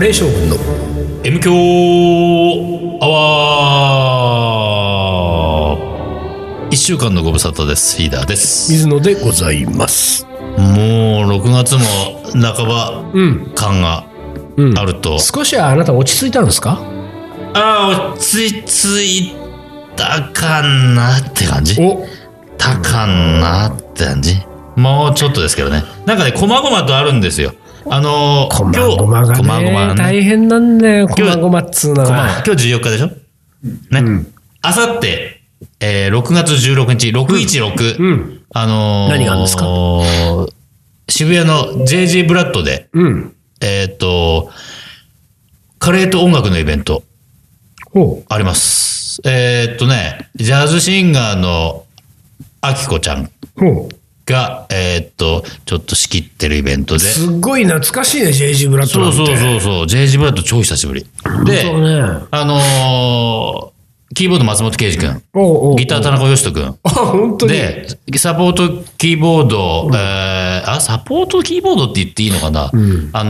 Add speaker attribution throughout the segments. Speaker 1: レー将軍の
Speaker 2: M 強アワー一週間のご無沙汰です。フィーダーです。
Speaker 1: 水野でございます。
Speaker 2: もう6月も半ば
Speaker 1: うん、
Speaker 2: 感が
Speaker 1: うん。
Speaker 2: あると、
Speaker 1: 少しはあなた落ち着いたんですか
Speaker 2: ああ、落ち着いたかなって感じ
Speaker 1: お
Speaker 2: たかなって感じもうちょっとですけどね。なんかね、細々とあるんですよ。あのー
Speaker 1: こま
Speaker 2: 今日、
Speaker 1: ごまがね
Speaker 2: 細々ね
Speaker 1: 大変なんだよ、こ
Speaker 2: 今日
Speaker 1: まごまっつうの
Speaker 2: こ
Speaker 1: は。
Speaker 2: ま今日14日でしょね。あさって、えー6月16日、616。
Speaker 1: うん、
Speaker 2: あのー
Speaker 1: 何があるんですか
Speaker 2: 渋谷の JG ブラッドで、
Speaker 1: うん。
Speaker 2: えーっと、カレーと音楽のイベント
Speaker 1: おう
Speaker 2: あります。えーっとね、ジャズシンガーのあきこちゃん
Speaker 1: おう
Speaker 2: が、えーっと、ちょっと仕切ってるイベントで。
Speaker 1: すっごい懐かしいね、JG ブラッド
Speaker 2: そ
Speaker 1: なん
Speaker 2: う
Speaker 1: て。
Speaker 2: そうそうそう、JG ブラッド超久しぶり。で、
Speaker 1: そうね。
Speaker 2: あのーキーボード松本圭司君、
Speaker 1: おうおう
Speaker 2: ギター田中義人君、
Speaker 1: あ、本当に。
Speaker 2: で、サポートキーボード、えーあ、サポートキーボードって言っていいのかな、
Speaker 1: ん
Speaker 2: あ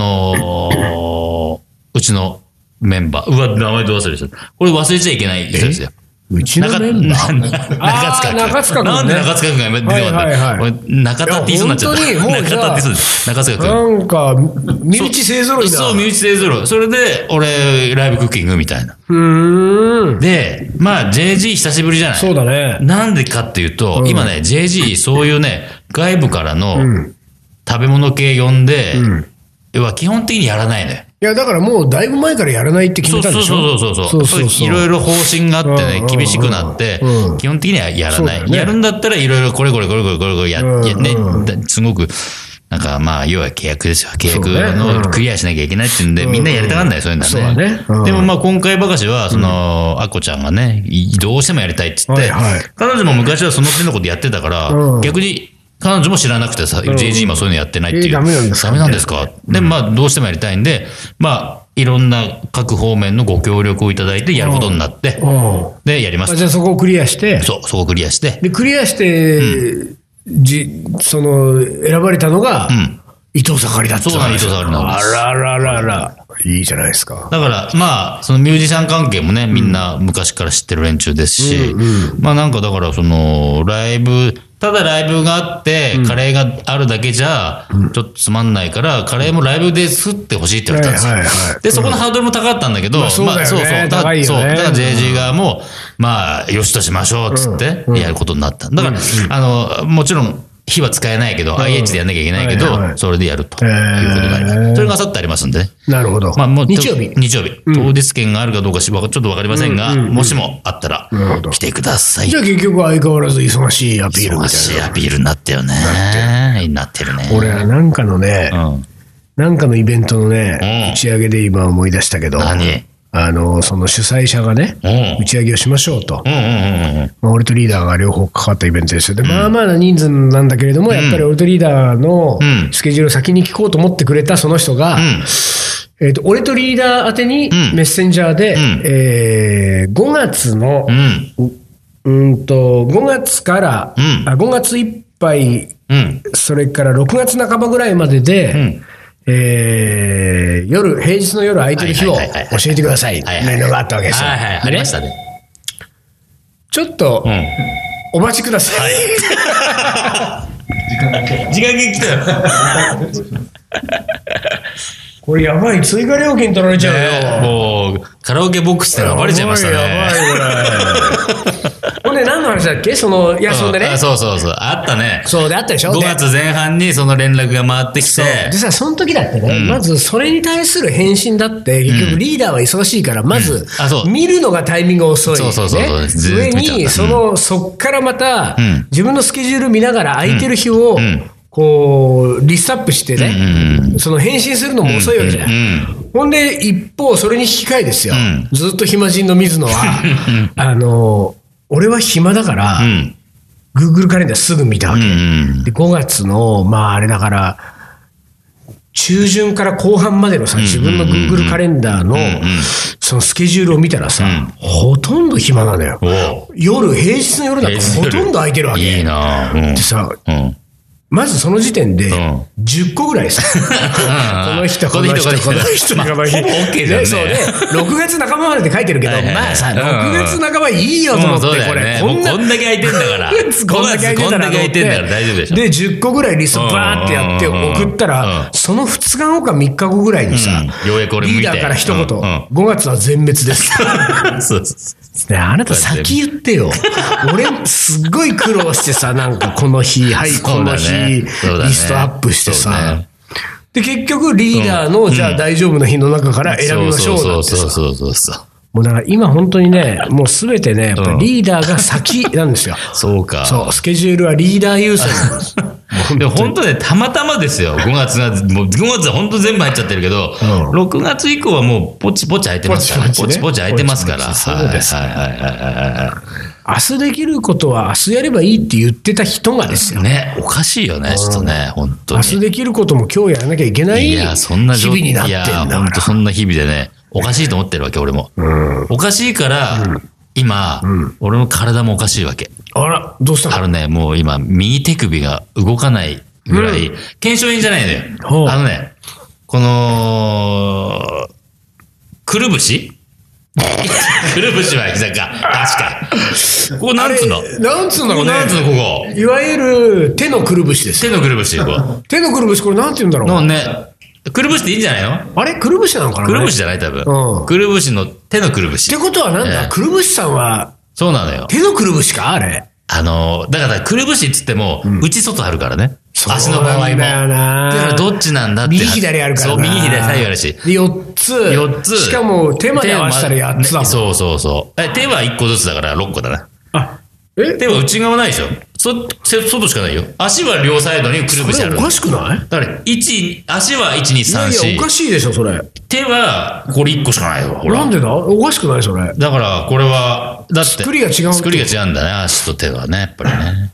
Speaker 2: のーうちのメンバー。うわ、名前どう忘れちゃった。これ忘れちゃいけない人ですよ。
Speaker 1: うちのメンバー。
Speaker 2: な中塚君。
Speaker 1: あー中塚君ね
Speaker 2: なんで中塚君が出てこなかった、
Speaker 1: はいはいはい
Speaker 2: これ中田って言いそうになっちゃった。
Speaker 1: いや本当にもうじ
Speaker 2: 中
Speaker 1: ゃあ
Speaker 2: 田って言いそうになっちゃった中塚君。
Speaker 1: なんか、身内勢ぞろいだ。
Speaker 2: そう、身内勢ぞろい。それで、俺、ライブクッキングみたいな。
Speaker 1: うーん。
Speaker 2: で、まあ、JG 久しぶりじゃない
Speaker 1: そうだね。
Speaker 2: なんでかっていうと、
Speaker 1: うん
Speaker 2: 今ね、JG、そういうね、外部から
Speaker 1: う
Speaker 2: の
Speaker 1: ん。
Speaker 2: 食べ物系呼んで、
Speaker 1: うん。
Speaker 2: 要は基本的にやらないのよ。
Speaker 1: いや、だからもうだいぶ前からやらないって決
Speaker 2: そ
Speaker 1: め
Speaker 2: う
Speaker 1: た
Speaker 2: そ
Speaker 1: んで
Speaker 2: う
Speaker 1: しょ
Speaker 2: そうそう。そう
Speaker 1: そうそう
Speaker 2: いろいろ方針があっ
Speaker 1: う
Speaker 2: て
Speaker 1: んうん
Speaker 2: ね
Speaker 1: う、ん
Speaker 2: 厳しくなって
Speaker 1: うん、
Speaker 2: 基本的にはやら
Speaker 1: そう
Speaker 2: な
Speaker 1: だ
Speaker 2: い。
Speaker 1: よね
Speaker 2: やるんだったらいろいろこれこれこれこれこれこれや
Speaker 1: うんうん
Speaker 2: やね、すごく、なんかまあ、要は契約ですよ。契
Speaker 1: そうね
Speaker 2: 約
Speaker 1: うん
Speaker 2: のクリアしなきゃいけないっていうんで、
Speaker 1: うん
Speaker 2: みんなやりたがんない、そういう
Speaker 1: そうだ
Speaker 2: の
Speaker 1: ね
Speaker 2: ね
Speaker 1: うん。
Speaker 2: でもまあ、今回ばかしは、その、あこちゃんがね、いどうしてもやりたいって言っ
Speaker 1: はい
Speaker 2: て
Speaker 1: はい、
Speaker 2: 彼女も昔はその手のことやってたから
Speaker 1: うん、
Speaker 2: 逆に、彼女も知らなくてさ、JG 今そういうのやってないってい
Speaker 1: えー
Speaker 2: う。
Speaker 1: ダメなんですか
Speaker 2: ダメなんですか。で、まあ、どうしてもやりたいんで、まあ、いろんな各方面のご協力をいただいてやることになって、
Speaker 1: うん
Speaker 2: で、やりま
Speaker 1: あ
Speaker 2: す。
Speaker 1: じゃあそこをクリアして、
Speaker 2: そう、そこクリアして。
Speaker 1: で、クリアして、じ、その、選ばれたのが、
Speaker 2: ん
Speaker 1: 伊藤さかりだった
Speaker 2: そうなんです伊藤さかりなんです
Speaker 1: あららららら。いいじゃないですか。
Speaker 2: だから、まあ、そのミュージシャン関係もね、みんな昔から知ってる連中ですし、まあなんかだから、その、ライブ、ただライブがあって、カレーがあるだけじゃ、ちょっとつまんないから、カレーもライブで作ってほしいって言われたんですよ。
Speaker 1: はいはいはい
Speaker 2: で、そこのハードルも高かったんだけど、まあ
Speaker 1: そうだよね
Speaker 2: そうそう。だか
Speaker 1: 高いよね
Speaker 2: ら、そう。だから JG 側も、まあ、よしとしましょう、つって、やることになった。だから、あの、もちろん、火は使えないけど、IH でやんなきゃいけないけ
Speaker 1: はいはい
Speaker 2: ど、それでやると
Speaker 1: へ
Speaker 2: い
Speaker 1: ー
Speaker 2: うことがあります。それがあさってありますんでね。
Speaker 1: なるほど。
Speaker 2: まあ、もう
Speaker 1: 日曜日。
Speaker 2: 日曜日。当日券があるかどうかしわかちょっとわかりませんが、もしもあったら
Speaker 1: なるほど、
Speaker 2: 来てください
Speaker 1: じ。ゃあ結局相変わらず忙しいアピールみ
Speaker 2: 忙
Speaker 1: たい
Speaker 2: し
Speaker 1: な。
Speaker 2: いアピールになったよね。なってるね。
Speaker 1: 俺はなんかのね、
Speaker 2: うん。
Speaker 1: なんかのイベントの
Speaker 2: う
Speaker 1: ね、
Speaker 2: ん
Speaker 1: 打ち上げで今思い出したけど、
Speaker 2: 何
Speaker 1: あの、その主催者がね、
Speaker 2: うん。う
Speaker 1: 打
Speaker 2: ん
Speaker 1: ち上げをしましょうと。
Speaker 2: うんうんうん。
Speaker 1: まあ、俺とリーダーが両方かかったイベントですよ。で、まあまあな人数なんだけれども、やっぱり俺とリーダーの
Speaker 2: うん
Speaker 1: スケジュールを先に聞こうと思ってくれたその人が、
Speaker 2: うん。
Speaker 1: えっと、俺とリーダー宛てに
Speaker 2: うん
Speaker 1: メッセンジャーで、
Speaker 2: ん
Speaker 1: えー5月の
Speaker 2: う、ん。
Speaker 1: うんと、5月から、
Speaker 2: うん
Speaker 1: あ5月いっぱい、
Speaker 2: うん。
Speaker 1: それから6月半ばぐらいまでで、
Speaker 2: ん
Speaker 1: えー夜、平日の夜空いてる日を教
Speaker 2: はいはいはいはい
Speaker 1: えてください。
Speaker 2: はいはいはい
Speaker 1: メールがあったわけですよ。
Speaker 2: はいはい、ありましたね。
Speaker 1: ちょっと
Speaker 2: う、ん。
Speaker 1: お待ちください。
Speaker 2: 時間切来たよ。
Speaker 1: これやばい、追加料金取られちゃうよ。
Speaker 2: もう、カラオケボックスってのがバレちゃいましたね。
Speaker 1: やばいやばいこれ。ほんで、何の話だっけその、いや、そんで
Speaker 2: うん
Speaker 1: ね
Speaker 2: あ。そうそうそう。あったね。
Speaker 1: そうであったでしょ
Speaker 2: 5
Speaker 1: で
Speaker 2: 月前半にその連絡が回ってきて。
Speaker 1: でさ、その時だってね、まずそれに対する返信だって、結局リーダーは忙しいから、まず
Speaker 2: あそ、う
Speaker 1: 見るのがタイミングが遅い。
Speaker 2: そうそうそうそう
Speaker 1: ね
Speaker 2: ずー
Speaker 1: 上
Speaker 2: っと見ちゃう
Speaker 1: に、その、そっからまた
Speaker 2: ん、
Speaker 1: 自分のスケジュール見ながら空いてる日を
Speaker 2: ん、
Speaker 1: こう、リストアップして
Speaker 2: うん
Speaker 1: ね、その返信するのも遅いわけじゃ。
Speaker 2: うんん。
Speaker 1: ほんで、一方、それに引き換えですよ。
Speaker 2: うん
Speaker 1: ずっと暇人の水野は、あの、俺は暇だから
Speaker 2: う、ん。
Speaker 1: Google カレンダーすぐ見たわ
Speaker 2: う
Speaker 1: け。
Speaker 2: ん。
Speaker 1: で5月の、まああれだから、中旬から後半までのさ、自分の Google カレンダーの、そのスケジュールを見たらさ、ほとんど暇なのよ。
Speaker 2: おう
Speaker 1: 夜、平日の夜なんか
Speaker 2: 平日
Speaker 1: ほ
Speaker 2: の夜
Speaker 1: とんど空いてるわけ。
Speaker 2: いいなぁうん
Speaker 1: でさ、
Speaker 2: うん。
Speaker 1: まずその時点で
Speaker 2: ん、
Speaker 1: 10個ぐら いです。この人、この人、この人、
Speaker 2: まあほぼ OK じゃんね。
Speaker 1: そうね。6月半ばまでって書いてるけど、
Speaker 2: はいはい
Speaker 1: まあさ、
Speaker 2: うん
Speaker 1: 6月半ばいいよと思
Speaker 2: も
Speaker 1: っ
Speaker 2: うそう
Speaker 1: て、
Speaker 2: だ
Speaker 1: こ
Speaker 2: よね
Speaker 1: れ、。
Speaker 2: も
Speaker 1: こ
Speaker 2: うん
Speaker 1: な
Speaker 2: こんだけ空いてんだから。
Speaker 1: 5月 こんだけ空いてたらと思
Speaker 2: 空
Speaker 1: って
Speaker 2: いてんだから大丈夫でしょ。
Speaker 1: で、10個ぐらいリストバーってやって送った
Speaker 2: うんうん
Speaker 1: ら、その2日後か3日後ぐらいにさ、
Speaker 2: うんようやく俺向い
Speaker 1: リー
Speaker 2: て
Speaker 1: ダーから一言、
Speaker 2: うんうん
Speaker 1: 5月は全滅です。
Speaker 2: そうそうそう
Speaker 1: ねあなた先言ってよ。 俺、すっごい苦労してさ、なんかこの日、 はい、こ
Speaker 2: そう
Speaker 1: の
Speaker 2: だ
Speaker 1: 日、
Speaker 2: ね
Speaker 1: リ
Speaker 2: そうだね
Speaker 1: ストアップして
Speaker 2: そう
Speaker 1: さ。
Speaker 2: ね
Speaker 1: で、結局、リーダーの、じゃあ大丈夫な日の中から選びましょうなんて
Speaker 2: そうそ
Speaker 1: さ。
Speaker 2: うそうそうそう。
Speaker 1: もうだから今本当にね、もうすべてね、や っぱりリーダーが先なんですよ。
Speaker 2: そうか。
Speaker 1: そう、スケジュールはリーダー優先なんです。
Speaker 2: でも本当ね、たまたまですよ。5月が、もう5月は本当全部入っちゃってるけど、
Speaker 1: うん
Speaker 2: 6月以降はもうポチポチ空いてますから。
Speaker 1: ポチポ
Speaker 2: ポ
Speaker 1: チね
Speaker 2: チポチ空いてますから。
Speaker 1: ポチポチそうです
Speaker 2: はいはいはいはいは
Speaker 1: 明日できることは明日やればいいって言ってた人がですよ。
Speaker 2: い。ね、おかしいよね、ちょっとね、本当
Speaker 1: 明日
Speaker 2: に。
Speaker 1: できることも今日やらなきゃいけない
Speaker 2: い
Speaker 1: 日
Speaker 2: や、そんな状
Speaker 1: 々になってん
Speaker 2: いや、
Speaker 1: だ
Speaker 2: 本
Speaker 1: か
Speaker 2: 当そんな日々でね、おかしいと思ってるわけ、俺も。おかしいから、今、俺の体もおかしいわけ。
Speaker 1: ら。あら、どうした
Speaker 2: あ
Speaker 1: の
Speaker 2: のね、もう今、右手首が動かないぐらい、腱鞘炎じゃないのよ
Speaker 1: ほう。
Speaker 2: あのね、この、くる ぶしくるぶしは膝か。確か。ここなんつうの
Speaker 1: あ
Speaker 2: こ
Speaker 1: れなんつうの
Speaker 2: こ
Speaker 1: ね。
Speaker 2: なんつうのここ。
Speaker 1: いわゆる手のくるぶしですよ。
Speaker 2: 手のくるぶし、こ こ。
Speaker 1: 手のくるぶし、これなんて言うんだろ
Speaker 2: の
Speaker 1: う。
Speaker 2: ね、くるぶしっていいんじゃないの
Speaker 1: あれくるぶしなのかな
Speaker 2: くるぶし
Speaker 1: っ
Speaker 2: じゃない多
Speaker 1: うん。
Speaker 2: 分。くるぶしの手のくるぶして
Speaker 1: ことはなんだ
Speaker 2: ええ
Speaker 1: くるぶしさんは
Speaker 2: そうなのよ。
Speaker 1: 手のくるぶしかあれ。
Speaker 2: あの、だから、くるぶしっつっても、内外あるからね。
Speaker 1: う
Speaker 2: 足の場合も。
Speaker 1: なんだよな
Speaker 2: だから、どっちなんだって。
Speaker 1: 右左あるから
Speaker 2: そ
Speaker 1: な。
Speaker 2: う、右左左右あるし。
Speaker 1: で、4つ。
Speaker 2: 4つ。
Speaker 1: しかも手まで合わせたら8つだもん。
Speaker 2: 手はねそうそうそう。え、手は1個ずつだから6個だな。
Speaker 1: あ、え
Speaker 2: 手は内側ないでしょ。そ、せ外しかないよ。足は両サイドにくるぶしあ
Speaker 1: それ
Speaker 2: る
Speaker 1: お。かしくない
Speaker 2: だから、一足は
Speaker 1: い
Speaker 2: 1、
Speaker 1: やい
Speaker 2: 2、3、
Speaker 1: や、おか
Speaker 2: 4。
Speaker 1: しいでしょ、それ。
Speaker 2: 手は、これ1個しかないよ。ほ
Speaker 1: な
Speaker 2: ら
Speaker 1: ん。でだおかしくない、それ。
Speaker 2: だから、これは、だって。
Speaker 1: 作りが違う
Speaker 2: 作りが違うんだね、足と手はね、やっぱりね。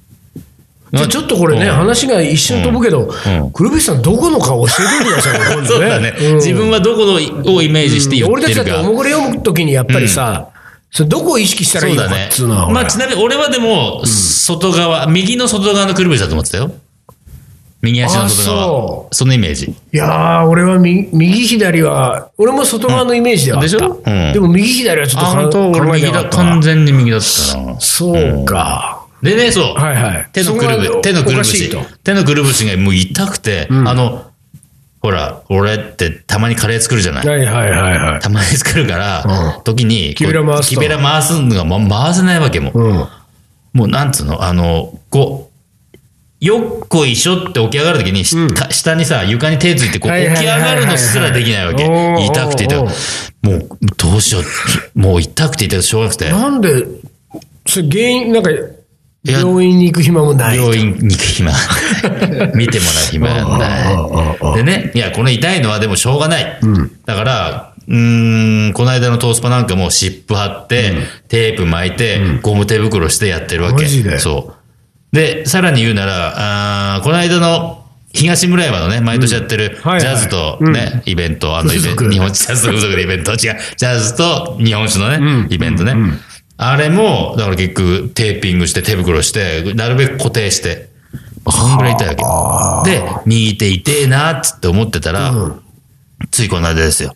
Speaker 1: じゃあ ちょっとこれね、
Speaker 2: うん
Speaker 1: 話が一瞬飛ぶけど、
Speaker 2: ん
Speaker 1: くるぶしさん、どこの顔教えてくださいよ、今
Speaker 2: そ
Speaker 1: 度
Speaker 2: うだね、
Speaker 1: ん
Speaker 2: 自分はどこのをイメージして言っ
Speaker 1: 俺た
Speaker 2: て
Speaker 1: ちだ
Speaker 2: る
Speaker 1: って
Speaker 2: か。
Speaker 1: おもこれ読むときにやっぱりさ、それどこを意識したらい
Speaker 2: そう
Speaker 1: いのか
Speaker 2: だね
Speaker 1: っつうのは、。俺
Speaker 2: まあ、ちなみに俺はでも、外側、右の外側のくるぶしだと思ってたよ。右足の外
Speaker 1: あ
Speaker 2: 側
Speaker 1: そ。
Speaker 2: そのイメージ。
Speaker 1: いやー、俺はみ右左は、俺も外側のイメージではあった。
Speaker 2: うんでしょうん
Speaker 1: でも右左はちょっとか考え
Speaker 2: 右
Speaker 1: てな
Speaker 2: だ、
Speaker 1: かった
Speaker 2: 完
Speaker 1: な。
Speaker 2: 全に右だったな。
Speaker 1: そうか。
Speaker 2: でね、そう。
Speaker 1: はいはい
Speaker 2: 手のくるぶ
Speaker 1: そこが、
Speaker 2: し手のくる
Speaker 1: お
Speaker 2: ぶ
Speaker 1: かしい
Speaker 2: し
Speaker 1: と。
Speaker 2: 手のくるぶしがもう痛くて、あの、ほら、俺ってたまにカレー作るじゃない。
Speaker 1: はいはいはいはい。
Speaker 2: たまに作るから、
Speaker 1: うん
Speaker 2: 時に、
Speaker 1: 木べら回す
Speaker 2: 木
Speaker 1: と
Speaker 2: べら回すのが、ま、回せないわけも。
Speaker 1: うん。
Speaker 2: もうなんつうのあの、こう、よっこいしょって起き上がるときに、しか下にさ、床に手ついて、こう、
Speaker 1: はいはい
Speaker 2: 起
Speaker 1: はい
Speaker 2: き上
Speaker 1: はい
Speaker 2: がるのすらできないわけ
Speaker 1: おーおー。
Speaker 2: 痛くて痛く
Speaker 1: お
Speaker 2: もう、どうしよう。もう痛くて痛くてしょうがなくて、
Speaker 1: なんで、それ原因、なんか、
Speaker 2: や
Speaker 1: 病院に行く暇もない。
Speaker 2: 病院に行 く暇、見てもらう暇がない。でね、いや、この痛いのはでもしょうがない。だから、うーん、この間のトースパなんかも湿布貼って、テープ巻いて、ゴム手袋してやってるわけ。
Speaker 1: マジで
Speaker 2: そう。で、さらに言うなら、あーこの間の東村山のね、毎年やってる、ジ
Speaker 1: はいはい
Speaker 2: ャズとね、イベント、あのイベン
Speaker 1: 付
Speaker 2: ト、
Speaker 1: 属
Speaker 2: 日本ジ ャズと付属のイベント、違う、ジャズと日本酒のね、イベントね。あれも、だから結局、テーピングして、手袋して、なるべく固定して、そんぐらい痛いわけ。で、右手痛えなっつって思ってたら、ついこの間ですよ。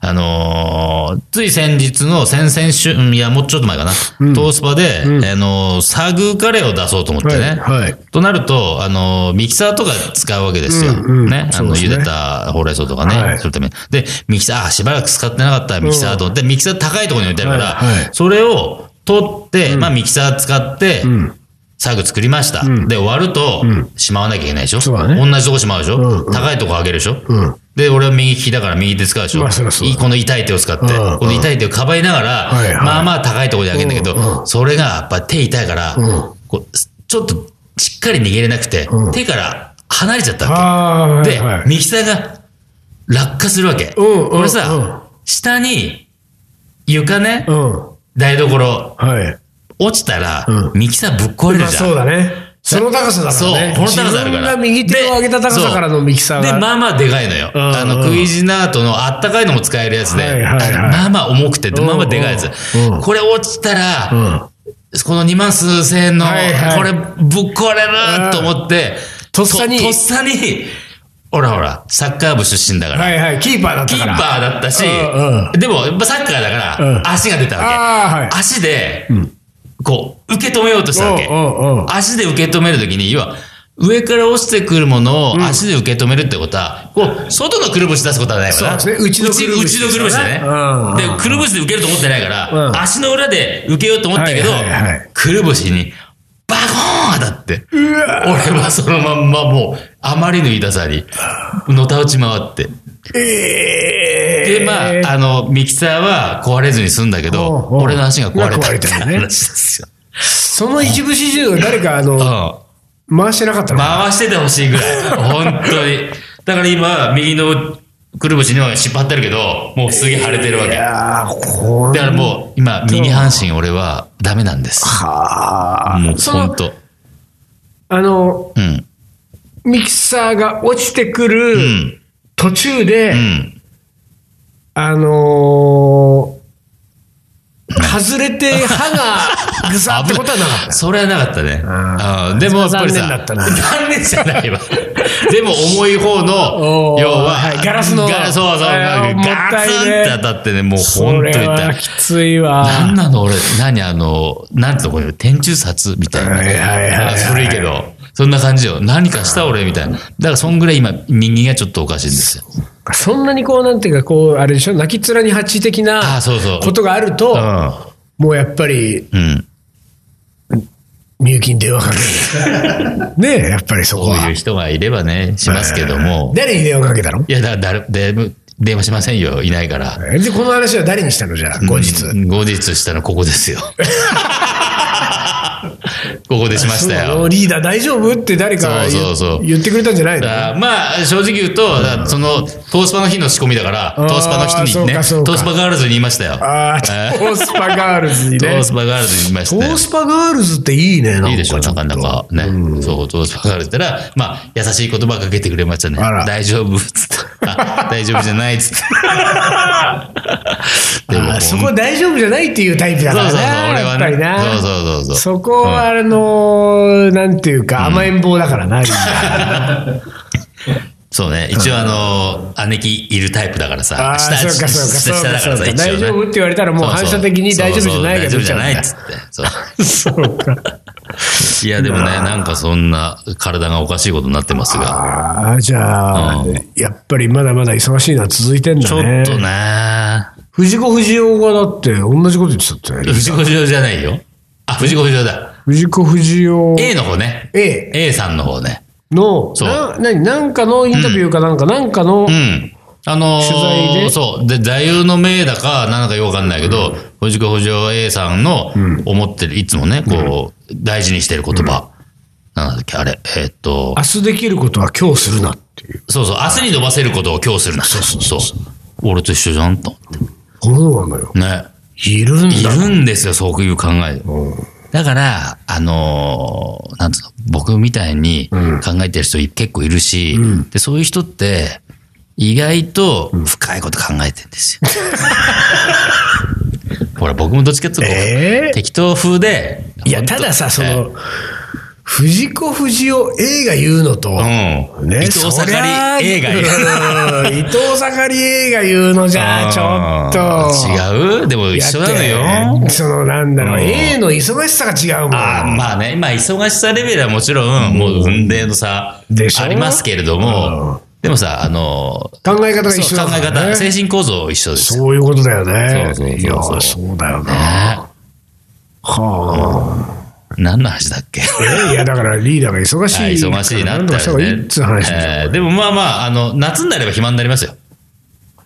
Speaker 2: あのーつい先日の先々週、うんいや、もうちょっと前かな、トースパで、あのーサグカレーを出そうと思ってね。
Speaker 1: はいはい
Speaker 2: となると、あのーミキサーとか使うわけですよ。
Speaker 1: うんうん
Speaker 2: ね。あ
Speaker 1: そう
Speaker 2: の、
Speaker 1: です
Speaker 2: 茹
Speaker 1: ね
Speaker 2: でたほうれん草とかね、
Speaker 1: はい
Speaker 2: するために。で、ミキサー、あ、しばらく使ってなかったミキサーと思って、ミキサー高いところに置いてあるから、
Speaker 1: はいはい
Speaker 2: それを取って、まあ、ミキサー使って、サグ作りました。で、終わると、しまわなきゃいけないでしょ。
Speaker 1: そうだね
Speaker 2: 同じとこしまうでしょ。
Speaker 1: んうん
Speaker 2: 高いとこ上げるでしょ。
Speaker 1: ん
Speaker 2: で、俺は右利きだから右手使うでしょ。
Speaker 1: まあそりゃそうだ
Speaker 2: いいこの痛い手を使って、
Speaker 1: うん
Speaker 2: この痛い手をかばいながら、
Speaker 1: はいはい
Speaker 2: まあまあ高いところで上げるんだけど、
Speaker 1: うんう
Speaker 2: それがやっぱ手痛いから、
Speaker 1: ん
Speaker 2: こうちょっとしっかり握れなくて、
Speaker 1: うん
Speaker 2: 手から離れちゃったわけ。
Speaker 1: ああ、はい
Speaker 2: で、
Speaker 1: はい。
Speaker 2: ミキサーが落下するわけ。
Speaker 1: うんうん
Speaker 2: 俺さ、
Speaker 1: うん
Speaker 2: 下に床ね、
Speaker 1: うん。
Speaker 2: 台所、
Speaker 1: はい。
Speaker 2: 落ちたら、
Speaker 1: うん
Speaker 2: ミキサーぶっ壊れ
Speaker 1: ま
Speaker 2: る
Speaker 1: あ
Speaker 2: じゃん。
Speaker 1: そうだね。その高さだからね。
Speaker 2: そうこの高さあるから
Speaker 1: 自分が右手を上げた高さからのミキサー
Speaker 2: で、
Speaker 1: が。
Speaker 2: まあまあでかいのよ。
Speaker 1: うん
Speaker 2: あ
Speaker 1: う
Speaker 2: の、
Speaker 1: ん
Speaker 2: クイジナートのあったかいのも使えるやつで、
Speaker 1: はいはいはい
Speaker 2: まあまあ重くて、でまあまあでかいやつ
Speaker 1: うんうん。
Speaker 2: これ落ちたら、
Speaker 1: うん
Speaker 2: この2万数千円の、
Speaker 1: はいはい
Speaker 2: これぶっ壊れると思って、
Speaker 1: とっさに
Speaker 2: ととっさに、ほらほら、サッカー部出身だから。
Speaker 1: はいはい、キーパーだっ
Speaker 2: キ
Speaker 1: た
Speaker 2: ー
Speaker 1: から。
Speaker 2: パーだったし、
Speaker 1: うん
Speaker 2: でも、やっぱサッカーだから、
Speaker 1: うん
Speaker 2: 足が出たわけ。
Speaker 1: あーはい
Speaker 2: 足で、こう、受け止めようとしたわけ。
Speaker 1: うんうんうん
Speaker 2: 足で受け止めるときに、要は、上から落ちてくるものを足で受け止めるってことは、こう、外のくるぶし出すことはないから。
Speaker 1: そうですね内のくるぶし
Speaker 2: 内のくるぶしだね。
Speaker 1: うんうん
Speaker 2: で、くるぶしで受けると思ってないから、
Speaker 1: うん
Speaker 2: 足の裏で受けようと思ったけど、
Speaker 1: はいはいはい
Speaker 2: くるぶしに、バコーン当たって。俺はそのまんまもう、あまりの痛さに、のたうち回って。
Speaker 1: えー
Speaker 2: で、まあ、あの、ミキサーは壊れずに済んだけ
Speaker 1: お
Speaker 2: ど、
Speaker 1: うおう
Speaker 2: 俺の足が壊れた
Speaker 1: 壊れ
Speaker 2: ってて
Speaker 1: るね
Speaker 2: 話ですよ。
Speaker 1: その一部始終を誰か、あ
Speaker 2: う
Speaker 1: の、
Speaker 2: ん。
Speaker 1: 回してなかったのか
Speaker 2: 回しててほしいぐらい。本当に。だから今、右のくるぶしには引っ張ってるけど、もうすげえ腫れてるわけ。
Speaker 1: い
Speaker 2: だ
Speaker 1: やー、これ
Speaker 2: からもう、今、右半身俺はダメなんです。
Speaker 1: はあ
Speaker 2: もう、
Speaker 1: そ
Speaker 2: 本
Speaker 1: の、
Speaker 2: 当。
Speaker 1: あの、
Speaker 2: うん。
Speaker 1: ミキサーが落ちてく
Speaker 2: う
Speaker 1: る
Speaker 2: ん。
Speaker 1: 途中で、
Speaker 2: うん。
Speaker 1: あのー外れて歯がぐさってことはなかった。
Speaker 2: それはなかったね。
Speaker 1: ん
Speaker 2: うんでもやっぱり
Speaker 1: それは残念だ
Speaker 2: さ、
Speaker 1: ったな
Speaker 2: 残念じゃないわ。でも重い方の
Speaker 1: お、ー
Speaker 2: 要は、
Speaker 1: はいガラスの
Speaker 2: ガラそうそう、
Speaker 1: あーも
Speaker 2: ガ
Speaker 1: ったいね
Speaker 2: ツンって当たってね、もう
Speaker 1: そ
Speaker 2: 本当
Speaker 1: れ
Speaker 2: に痛。
Speaker 1: はいきつい
Speaker 2: なん
Speaker 1: わ。
Speaker 2: なの俺、何あの、なんてとこに、天中殺みたいな。
Speaker 1: はいはいはいはい
Speaker 2: あ古いけど、そんな感じよ。何かした俺みたいな。だからそんぐらい今、右がちょっとおかしいんですよ。
Speaker 1: そんなにこう、なんていうか、こう、あれでしょ、泣き面に蜂的
Speaker 2: あ
Speaker 1: な
Speaker 2: ーそうそう
Speaker 1: ことがあると、もうやっぱり、
Speaker 2: うん。
Speaker 1: みゆきに電話か ける。ねえ、やっぱりそこ
Speaker 2: こういう
Speaker 1: は。
Speaker 2: 人がいればね、しますけども。
Speaker 1: 誰に電話かけたの
Speaker 2: いや、だから誰、で電話しませんよ。いないから。
Speaker 1: で、この話は誰にしたのじゃあ、後日。
Speaker 2: うん後日したのここで すよ。ここでしました
Speaker 1: そ
Speaker 2: よ
Speaker 1: の。リーダー大丈夫って誰か言
Speaker 2: そうそうそう
Speaker 1: 言ってくれたんじゃないの
Speaker 2: あーまあ、正直言うと、その、トースパの日の仕込みだから、
Speaker 1: あー
Speaker 2: トースパの人にね、
Speaker 1: そう
Speaker 2: ト
Speaker 1: かそうか
Speaker 2: ースパガールズに言いましたよ。
Speaker 1: ああ、トースパガールズに
Speaker 2: ト
Speaker 1: ね
Speaker 2: ー。スパガールズに言いまし
Speaker 1: ト
Speaker 2: たよ
Speaker 1: ー。スパガールズっていいね、なんか。
Speaker 2: いいでしょ、なかなか。ね。そう、トースパガールズったら、まあ、優しい言葉かけてくれましたね
Speaker 1: あら。
Speaker 2: 大丈夫っつって。 あ大丈夫じゃないっつって。
Speaker 1: あーそこ
Speaker 2: そう
Speaker 1: 大丈夫じゃないっていうタイプだか
Speaker 2: そ
Speaker 1: ら
Speaker 2: うそう、
Speaker 1: な、
Speaker 2: 俺
Speaker 1: や
Speaker 2: は
Speaker 1: っぱり
Speaker 2: ね。
Speaker 1: な。
Speaker 2: そうそうそうそう。
Speaker 1: そこは、あのー、なんていうか、甘えん坊だからな、リーダー
Speaker 2: そうね。一応、あのー、姉貴いるタイプだから
Speaker 1: あ
Speaker 2: さ。
Speaker 1: あ、
Speaker 2: 下、
Speaker 1: そうか、そうか、
Speaker 2: 下
Speaker 1: そう
Speaker 2: 下
Speaker 1: か、
Speaker 2: だか
Speaker 1: そう
Speaker 2: らさ、
Speaker 1: か。
Speaker 2: 一応ね。
Speaker 1: 大丈夫って言われたら、もう反射的に大丈夫じゃないが
Speaker 2: そうそう大丈夫
Speaker 1: 出ち
Speaker 2: じ
Speaker 1: ゃ
Speaker 2: ゃ
Speaker 1: うん
Speaker 2: な
Speaker 1: だ
Speaker 2: いっつって。そう。
Speaker 1: そうか。
Speaker 2: いや、でもね、なんかそんな体がおかしいことになってますが。
Speaker 1: ああ、じゃあ、やっぱりまだまだ忙しいのは続いてん
Speaker 2: ち
Speaker 1: だ
Speaker 2: ょっ
Speaker 1: ね。
Speaker 2: とね、
Speaker 1: 藤子不二雄がだって、同じこと言ってたってね。
Speaker 2: 藤子不二雄じゃないよ。あ、藤子不二雄だ。
Speaker 1: 藤子不二雄
Speaker 2: A の方ね。
Speaker 1: A
Speaker 2: A さんの方ね。
Speaker 1: の、
Speaker 2: そう
Speaker 1: な、なに、なんかのインタビューかなんか、なんかの
Speaker 2: う、ん。あのー
Speaker 1: 取材で
Speaker 2: そう。で、座右の銘だか、なんかよくわかんないけど、藤子不二雄 A さんの思ってる、いつもね、こう、大事にしてる言葉。なんだっけ、あれ。えーっと
Speaker 1: 明、日できることは今日するなっていう。
Speaker 2: そうそう、明日に伸ばせることを今日するな。そうそうそう。俺と一緒じゃんと思っ
Speaker 1: そうなのよ。
Speaker 2: て。ね。
Speaker 1: いるん
Speaker 2: い
Speaker 1: だ。
Speaker 2: るんですよ、そういう考え。
Speaker 1: うん
Speaker 2: だから、あのーなんつうの、僕みたいに考えてる人結構いるし、で、そういう人って、意外と深いこと考えてんですよ。 ほら、僕もどっちかっていうと、
Speaker 1: ええ
Speaker 2: 適当風で、
Speaker 1: いや、たださ、その、藤子不二雄 A が言うのと、
Speaker 2: うん。
Speaker 1: ね、
Speaker 2: 伊藤盛り映画
Speaker 1: 画伊藤盛り映画言うのじゃ、ちょっと。
Speaker 2: 違うでも一緒なの
Speaker 1: だっ
Speaker 2: よ
Speaker 1: て。その、なんだろう、
Speaker 2: うん
Speaker 1: A の忙しさが違うもん。
Speaker 2: あーまあね、まあ忙しさレベルはもちろん、もう運命の差、
Speaker 1: でしょ
Speaker 2: ありますけれども、でもさ、あのー、
Speaker 1: 考え方が一
Speaker 2: そ
Speaker 1: 緒だ
Speaker 2: う考
Speaker 1: か
Speaker 2: え
Speaker 1: ら
Speaker 2: 方、
Speaker 1: ね
Speaker 2: 精神構造一緒ですよ。
Speaker 1: そういうことだよね。
Speaker 2: そうそうそうそう
Speaker 1: いやそうだよな。
Speaker 2: ね
Speaker 1: は
Speaker 2: 何の話だっけ
Speaker 1: あ。いや、だからリーダーが忙しい。
Speaker 2: はい忙しいな
Speaker 1: なん
Speaker 2: って
Speaker 1: とかした方がいいっつう話でしょ。
Speaker 2: えーでもまあまあ、あの、夏になれば暇になりますよ。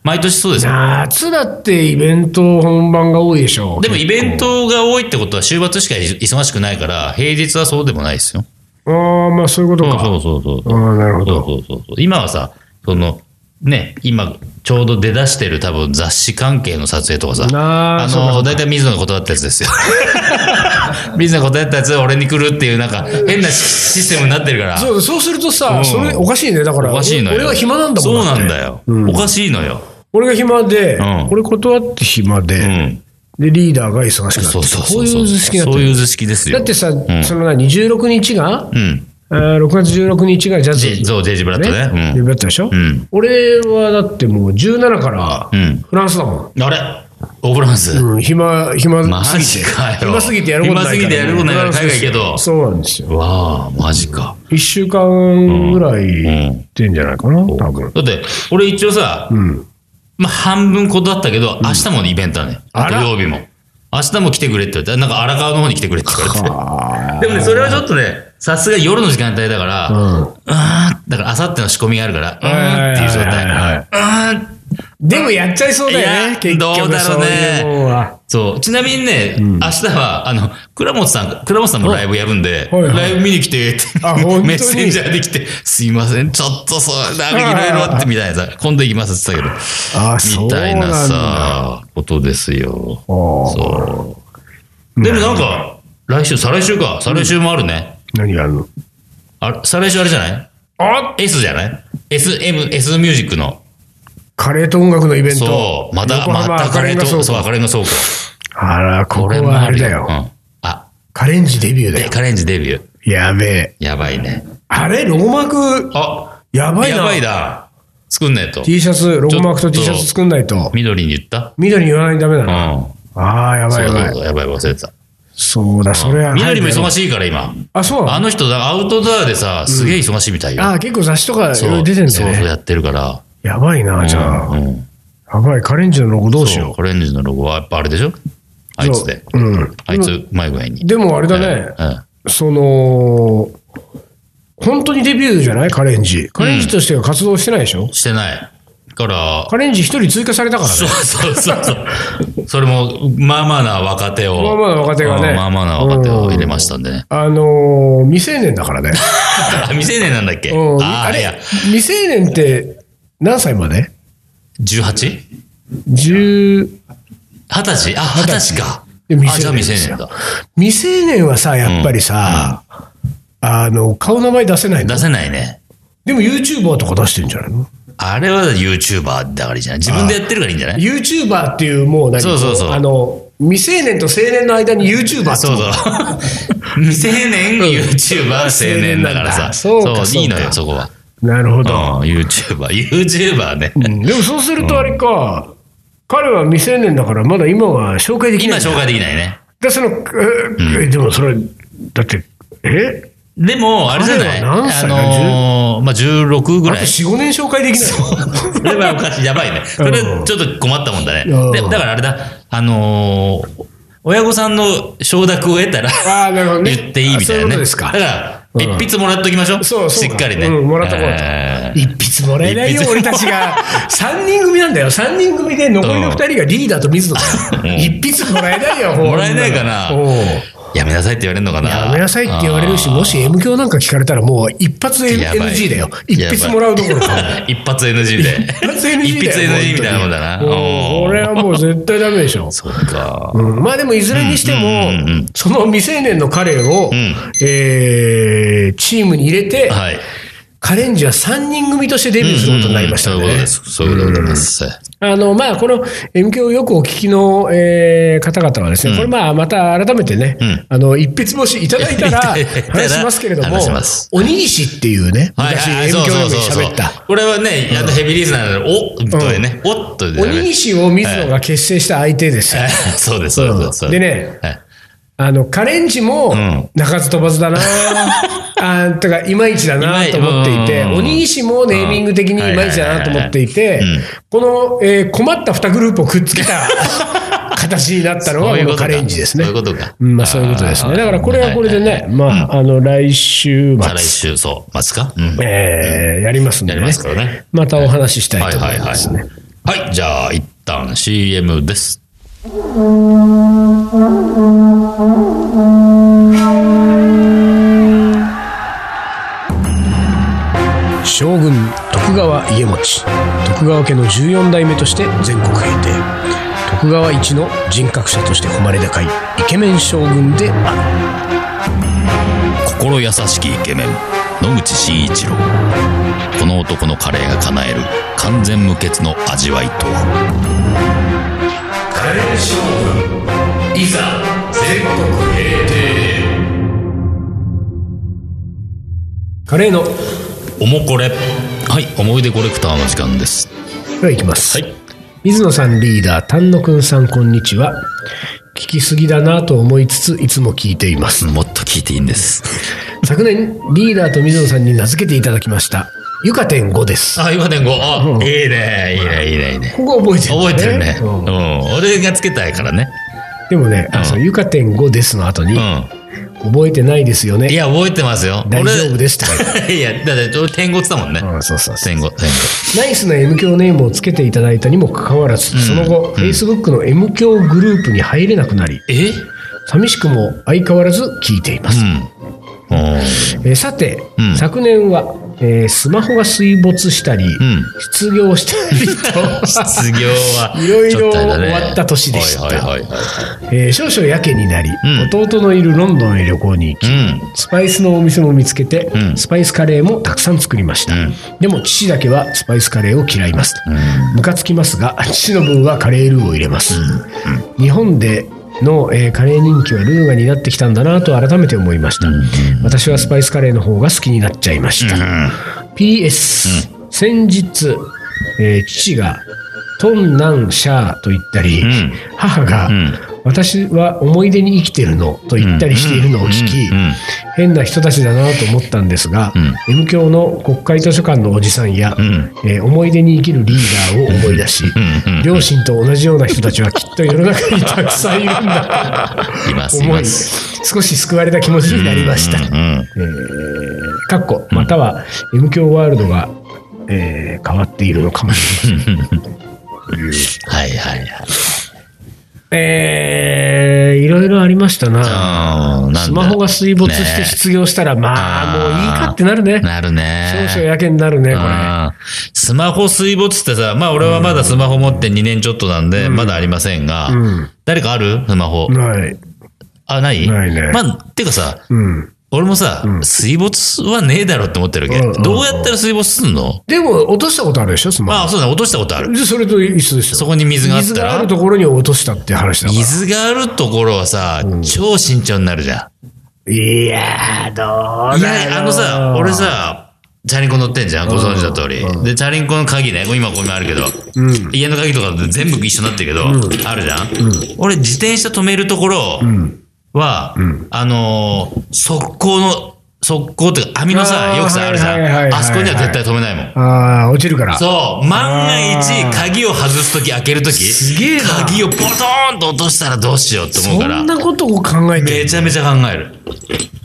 Speaker 2: 毎年そうですよ。
Speaker 1: 夏だってイベント本番が多いでしょ。
Speaker 2: でもイベントが多いってことは週末しか忙しくないから、平日はそうでもないですよ。
Speaker 1: ああ、まあそういうこと
Speaker 2: そう
Speaker 1: か。
Speaker 2: そうそうそう。
Speaker 1: ああ、なるほ
Speaker 2: そう
Speaker 1: ど。
Speaker 2: そうそうそう。今はさ、その、ね、今、ちょうど出だしてる多分雑誌関係の撮影とかさ、
Speaker 1: なあ
Speaker 2: あ
Speaker 1: そうかそ
Speaker 2: の、大体水野が断ったや つですよ。水野が断ったやつ俺に来るっていうなんか変なシシステムになってるから。
Speaker 1: そうそうすると
Speaker 2: う
Speaker 1: さ、
Speaker 2: ん
Speaker 1: それおかしいね。だから、
Speaker 2: おかしいのよ。
Speaker 1: 俺が暇なんだもん
Speaker 2: そうなん
Speaker 1: よ。
Speaker 2: だよ。おかしいのよ。
Speaker 1: 俺が暇で、
Speaker 2: うん
Speaker 1: 俺断って暇
Speaker 2: う
Speaker 1: で、
Speaker 2: ん。
Speaker 1: で、リーダーが忙しくなって、
Speaker 2: そうそう
Speaker 1: こ
Speaker 2: そうう
Speaker 1: い
Speaker 2: そうう。
Speaker 1: 図式になっ
Speaker 2: そう
Speaker 1: て
Speaker 2: い
Speaker 1: る
Speaker 2: う図式ですよ。
Speaker 1: だってさ、
Speaker 2: ん
Speaker 1: その何、26日が、
Speaker 2: うん。
Speaker 1: あー6月16日がジャズ。
Speaker 2: ジェそう、ジェイジ・ブラッドね。
Speaker 1: ジェイブラッドでしょ、
Speaker 2: うん
Speaker 1: 俺はだってもう17から
Speaker 2: うん
Speaker 1: フランスだも
Speaker 2: うん。あれオブランス。
Speaker 1: ん。うん、暇、暇
Speaker 2: マ
Speaker 1: すぎて。
Speaker 2: ジかよ
Speaker 1: 暇すぎてやることないから、
Speaker 2: 暇すぎてやることないから海外行けと
Speaker 1: そうなんですよ。
Speaker 2: わあ、マジか。
Speaker 1: 1週間ぐらい行ってんじゃないかな、多分。
Speaker 2: だって、俺一応さ、
Speaker 1: うん。
Speaker 2: まあ、半分断ったけど、明日もイベントだね。
Speaker 1: あ
Speaker 2: 土
Speaker 1: ら
Speaker 2: 曜日も。明日も来てくれって言われて、なんか荒川の方に来てくれって言われて。
Speaker 1: あ
Speaker 2: でもね、それはちょっとね、さすがに夜の時間帯だから、う
Speaker 1: うん
Speaker 2: ーん、だからあさっての仕込みがあるから、うーんっていう状
Speaker 1: はいはいはい
Speaker 2: 態。うーん
Speaker 1: でもやっちゃいそうだよ
Speaker 2: い
Speaker 1: ね
Speaker 2: や、
Speaker 1: 結局
Speaker 2: どうだろうね
Speaker 1: そういうもんは
Speaker 2: そう。ちなみにね、明日は、あの、倉本さん、倉本さんもライブやるんで、
Speaker 1: はいはい
Speaker 2: ライブ見に来て、って
Speaker 1: あ本当に
Speaker 2: メッセンジャーで来て、すいません、ちょっとそう、なんかいろいろあってみたいなさ、今度行きますって言って
Speaker 1: あ、
Speaker 2: たけど、
Speaker 1: そう
Speaker 2: みたい
Speaker 1: なん
Speaker 2: な
Speaker 1: だ。
Speaker 2: さ、ことですよ。
Speaker 1: おー
Speaker 2: そう。でもなんか、来週、再来週か、再来週もあるね。
Speaker 1: 何があるの
Speaker 2: あれ、再来週あれじゃない
Speaker 1: あ
Speaker 2: ?S じゃない ?S、M、S ミュージックの。
Speaker 1: カレーと音楽のイベント。
Speaker 2: そう。また、
Speaker 1: 横
Speaker 2: ま
Speaker 1: 浜
Speaker 2: た
Speaker 1: 赤
Speaker 2: カ
Speaker 1: レ
Speaker 2: レ
Speaker 1: ン
Speaker 2: ー
Speaker 1: ガ
Speaker 2: と、
Speaker 1: 倉庫
Speaker 2: そう、赤レンガ倉庫。
Speaker 1: あら、こ
Speaker 2: こ
Speaker 1: れ
Speaker 2: れ
Speaker 1: は
Speaker 2: も
Speaker 1: あ
Speaker 2: あ
Speaker 1: れ
Speaker 2: る
Speaker 1: だ
Speaker 2: よ。う
Speaker 1: よ。
Speaker 2: んあ、
Speaker 1: カレンジデビューだ
Speaker 2: で、
Speaker 1: よ。
Speaker 2: カレンジデビュー。
Speaker 1: やべえ。
Speaker 2: やばいね。
Speaker 1: あれ、ロゴマーク、
Speaker 2: あ、
Speaker 1: やばい
Speaker 2: や
Speaker 1: な
Speaker 2: ば。いだ。作んないと。
Speaker 1: T シャツ、ロゴマークと T シャツ作んないと。
Speaker 2: 緑に言った
Speaker 1: 緑に言わないとダメだ
Speaker 2: う
Speaker 1: な。
Speaker 2: ん。
Speaker 1: ああ、やばいや
Speaker 2: そう
Speaker 1: ば
Speaker 2: そう
Speaker 1: い。
Speaker 2: そう、やばい、忘れてた。
Speaker 1: そうだ、それは。
Speaker 2: 緑も忙
Speaker 1: しい。
Speaker 2: しいから、今。
Speaker 1: あ、そうな
Speaker 2: あ
Speaker 1: の
Speaker 2: の人、だアウトドアでさ、すげえ忙しいみたいよ。
Speaker 1: あー結構雑誌とかいろい
Speaker 2: そう
Speaker 1: ろ出てんだ
Speaker 2: そ
Speaker 1: よ
Speaker 2: うそう、
Speaker 1: ね。
Speaker 2: やってるから。
Speaker 1: やばいな、じゃ
Speaker 2: う
Speaker 1: あ。
Speaker 2: ん。
Speaker 1: やばい、カレンジのロゴどうし
Speaker 2: そ
Speaker 1: よ
Speaker 2: う、オレンジのロゴはやっぱあれでしょあいつで。
Speaker 1: う。うん。
Speaker 2: あいつ、うまい具合に。
Speaker 1: でもあれだね、
Speaker 2: うん。
Speaker 1: その、本当にデビューじゃないカレンジ。カレンジとしては活動してないでしょ、
Speaker 2: してない。から、
Speaker 1: カレンジ一人追加されたからね
Speaker 2: そう。そうそうそう。 それも、まあまあな若手を。
Speaker 1: まあまあな若手がね
Speaker 2: うんまあまあな若手を入れましたんでね。
Speaker 1: あのー未成年だからね。
Speaker 2: あ未成年なんだっけ
Speaker 1: うん
Speaker 2: あ
Speaker 1: あ
Speaker 2: あ、い
Speaker 1: れ
Speaker 2: や、
Speaker 1: 未成年って何歳まで
Speaker 2: 18?
Speaker 1: 十
Speaker 2: 二十歳あ、二十歳か。
Speaker 1: いや未成年
Speaker 2: あ、じゃあ未成年
Speaker 1: で
Speaker 2: だ。
Speaker 1: 未成年はさ、やっぱりさ、あの、顔名前出せないの
Speaker 2: 出せないね。
Speaker 1: でも YouTuber とか出してるんじゃないの
Speaker 2: あれは YouTuber だからいいじゃない自分でやってるからいいんじゃない
Speaker 1: ?YouTuber っていうもう何
Speaker 2: そうそうそう
Speaker 1: あの、未成年と成年の間に YouTuber
Speaker 2: そう そう。未成年、YouTuber、成年だからさ。
Speaker 1: そうかそうか
Speaker 2: いいのよ、そこは。
Speaker 1: う。なるほ
Speaker 2: うん
Speaker 1: ど。、
Speaker 2: YouTuber。YouTuber ね。
Speaker 1: うんでもそうするとあれか、彼は未成年だからまだ今は紹介でき
Speaker 2: 今
Speaker 1: ないんだ。
Speaker 2: 紹介できないね。
Speaker 1: で、その、え、でもそれ、だって、え
Speaker 2: でも、あれじゃない
Speaker 1: 彼は何
Speaker 2: あ
Speaker 1: 歳だ
Speaker 2: のー、まあ、16ぐ
Speaker 1: あ
Speaker 2: ら
Speaker 1: と
Speaker 2: い。
Speaker 1: 4、5年紹介できない
Speaker 2: それはおかしい。やばいね。それはちょっと困ったもんだね。
Speaker 1: うん
Speaker 2: でだからあれだ、あのー親御さんの承諾を得たら、
Speaker 1: あーなるほどね
Speaker 2: 言っていいみた
Speaker 1: あそう
Speaker 2: いなね。
Speaker 1: いうことですか
Speaker 2: だから、
Speaker 1: うん
Speaker 2: 一筆もらっときましょう。
Speaker 1: そうそう
Speaker 2: し
Speaker 1: か
Speaker 2: っかりね。
Speaker 1: うんもらっとこう
Speaker 2: えー
Speaker 1: 一筆もらえないよ
Speaker 2: 一、筆
Speaker 1: 俺たちが。3人組なんだよ。3人組で残りの2人がリーダーと水野さ
Speaker 2: うん
Speaker 1: ん。一筆もらえないよ、
Speaker 2: もらえないかな
Speaker 1: ほんのおう
Speaker 2: やめなさいって言われるのかな。
Speaker 1: やめなさいって言われるし、もし M 教なんか聞かれたらもう一発
Speaker 2: あーやばい
Speaker 1: NG だよ。一筆もらうどころか。
Speaker 2: やばい 一発 NG で。
Speaker 1: 一発 NG だよ。
Speaker 2: 一筆 NG みたいなもんだな。
Speaker 1: こ
Speaker 2: うん
Speaker 1: れはもう絶対ダメでしょ。
Speaker 2: そっか。
Speaker 1: うん、まあでもいずれにしても、
Speaker 2: うんうんうんうん
Speaker 1: その未成年の彼を、
Speaker 2: ん
Speaker 1: えーチームに入れて、
Speaker 2: はい。
Speaker 1: カレンジは3人組としてデビューすることになりました
Speaker 2: うん
Speaker 1: ね
Speaker 2: うんうんそういうことです。そういうことでございます。
Speaker 1: あの、まあ、この M 響をよくお聞きの、えー方々はですね、これまあ、また改めてね、
Speaker 2: ん
Speaker 1: あの、一筆もしいただいたら
Speaker 2: いただいたら
Speaker 1: 話しますけれども
Speaker 2: 話します、
Speaker 1: 鬼岸っていうね、
Speaker 2: はい
Speaker 1: 昔
Speaker 2: はい
Speaker 1: M
Speaker 2: そう
Speaker 1: 響
Speaker 2: そう
Speaker 1: よく
Speaker 2: そうそう
Speaker 1: 喋った。
Speaker 2: 俺はね、あのヘビーリスナーなので、おっとでね、おっとでね。
Speaker 1: 鬼岸を水野が結成した相手ですよ。
Speaker 2: そうです、そうですそうで
Speaker 1: で
Speaker 2: す。
Speaker 1: ね
Speaker 2: はい、
Speaker 1: あの、カレンジ
Speaker 2: う
Speaker 1: も
Speaker 2: ん、
Speaker 1: 鳴かず飛ばずだ な、あーてか、いまいちだなと思ってい
Speaker 2: い
Speaker 1: て、
Speaker 2: まいうん
Speaker 1: 鬼石もネーミング的にいまいちだなと思っていて
Speaker 2: うん、
Speaker 1: この、えー困った2グループをくっつけ た形になったの
Speaker 2: そ
Speaker 1: が、
Speaker 2: うい
Speaker 1: この
Speaker 2: うことか
Speaker 1: カレンジですね。
Speaker 2: そういうことか
Speaker 1: うんまあ、そういうことです
Speaker 2: あ
Speaker 1: ね。
Speaker 2: ー
Speaker 1: だから、これはこれで
Speaker 2: はいはい
Speaker 1: ね
Speaker 2: は、い
Speaker 1: まあ、あの、来週
Speaker 2: 再来
Speaker 1: 末、
Speaker 2: 週、そう、待つかうん。
Speaker 1: えーやりますんで
Speaker 2: やり
Speaker 1: ね
Speaker 2: ますからね。
Speaker 1: またお話ししたい
Speaker 2: はい
Speaker 1: と思
Speaker 2: はい
Speaker 1: い
Speaker 2: は
Speaker 1: ま
Speaker 2: い
Speaker 1: すね。。
Speaker 2: はい、じゃあ、一旦 CM です。
Speaker 1: 将軍徳川家茂徳川家の14代目として全国平定徳川一の人格者として誉れ高いイケメン将軍である
Speaker 2: 心優しきイケメン野口真一郎この男のカレーが叶える完全無欠の味わいとはカレー将軍いざ全国平定
Speaker 1: カレーの
Speaker 2: おもこれはい思い出コレクターの時間です
Speaker 1: ではいきます、
Speaker 2: はい
Speaker 1: 水野さんリーダー丹野くんさんこんにちは聞きすぎだなと思いつついつも聞いています
Speaker 3: もっと聞いていいんです。
Speaker 1: 昨年リーダーと水野さんに名付けていただきましたゆか点5です
Speaker 2: あ今点5あ、いいねいいねいいねいいね
Speaker 1: ここ覚えてる、
Speaker 2: 覚えてるね、う
Speaker 1: うん
Speaker 2: ん、俺がつけたいからね
Speaker 1: でもね、あ
Speaker 2: うん
Speaker 1: そのゆか点5ですの後に、
Speaker 2: う
Speaker 1: 覚えてないですよね
Speaker 2: んいや覚えてますよ
Speaker 1: 大丈夫ですとか言
Speaker 2: 俺 いやだって俺点5っつったもんね
Speaker 1: う、うんそうそうそう
Speaker 2: 点5点
Speaker 1: ナイスな M 教ネームをつけていただいたにもかかわらず、
Speaker 2: ん
Speaker 1: その後、
Speaker 2: うん
Speaker 1: Facebook の M 教グループに入れなくなり、
Speaker 2: 5え
Speaker 1: 寂しくも相変わらず聞いています。
Speaker 2: うん おー
Speaker 1: えーさて、
Speaker 2: うん
Speaker 1: 昨年は、えースマホが水没したり、
Speaker 2: ん
Speaker 1: 失業 したりと、
Speaker 2: 失業は
Speaker 1: いろいろ
Speaker 2: ちょっとあれだね
Speaker 1: 終わった年でした
Speaker 2: はいはいはいはい
Speaker 1: えー少々やけになり、
Speaker 2: ん
Speaker 1: 弟のいるロンドンへ旅行に行き、
Speaker 2: うん
Speaker 1: スパイスのお店も見つけて、
Speaker 2: うん
Speaker 1: スパイスカレーもたくさん作りました、
Speaker 2: うん
Speaker 1: でも父だけはスパイスカレーを嫌いますムカつきますが父の分はカレールーを入れます、日本での、えーカレー人気はルーが担ってきたんだなと改めて思いました、私はスパイスカレーの方が好きになっちゃいました、PS、先日、えー父がトンナンシャーと言ったり、
Speaker 2: ん
Speaker 1: 母が、
Speaker 2: ん
Speaker 1: 私は思い出に生きてるのと言ったりしているのを聞き、
Speaker 2: うんうん
Speaker 1: 変な人たちだなと思ったんですが、M 教の国会図書館のおじさんや、
Speaker 2: ん
Speaker 1: えー思い出に生きるリーダーを思い出し、
Speaker 2: うんうん
Speaker 1: 両親と同じような人たちはきっと世の中にたくさんいるんだ
Speaker 2: いま
Speaker 1: と
Speaker 2: すい
Speaker 1: 思
Speaker 2: ま
Speaker 1: い
Speaker 2: す
Speaker 1: 少し救われた気持ちになりました。
Speaker 2: うん
Speaker 1: えー、かっこまたは M 教ワールドが、えー変わっているのかもし れません。
Speaker 2: はいはいはい
Speaker 1: えー、いろいろありましたな。
Speaker 2: あーなんだ
Speaker 1: スマホが水没して失業したら、まあ、もういいかってなるね。
Speaker 2: なるね
Speaker 1: 少々やけになるね、これ。
Speaker 2: あースマホ水没ってさ、まあ俺はまだスマホ持って2年ちょっとなんで、まだありませんが、
Speaker 1: うん
Speaker 2: 誰かあるスマホ。
Speaker 1: ない。
Speaker 2: あ、ない
Speaker 1: ないね
Speaker 2: まあ、てかさ、
Speaker 1: うん。
Speaker 2: 俺もさ、水没はねえだろって思ってるわけ。
Speaker 1: うんうんうん
Speaker 2: どうやったら水没すんの
Speaker 1: でも、落としたことあるでしょ、スマ
Speaker 2: まあ、
Speaker 1: ホ。
Speaker 2: そうだ、落としたことある。
Speaker 1: でそれと一緒ですよ。
Speaker 2: そこに水があった
Speaker 1: があ
Speaker 2: ら
Speaker 1: る。ところに落としたって話だか
Speaker 2: 水があるところはさ、超慎重になるじゃ
Speaker 1: ら。いやー、ど
Speaker 2: ん。
Speaker 1: う
Speaker 2: い
Speaker 1: だろう
Speaker 2: や、あのさ、俺、さ、チャリンコ乗ってんじゃん、ご存知の通り。で、チャリンコの鍵ね、今ここにあるけど、家の鍵とか全部一緒になってるけど、あるじゃん、俺、自転車止めるところは、あのー、速攻の、速攻っていうか、網の
Speaker 1: あ
Speaker 2: さ、
Speaker 1: ー
Speaker 2: よくさ、あるじ
Speaker 1: はいはいはい
Speaker 2: ゃ
Speaker 1: はい
Speaker 2: ん。
Speaker 1: はい
Speaker 2: あそこには絶対止めないもん。
Speaker 1: あー、落ちるから。
Speaker 2: そう、万が一、鍵を外すとき、開けるとき、
Speaker 1: すげえな
Speaker 2: 鍵をポトーンと落としたらどうしようって思うから。
Speaker 1: そんなことを考えて
Speaker 2: めちゃめちゃ考える。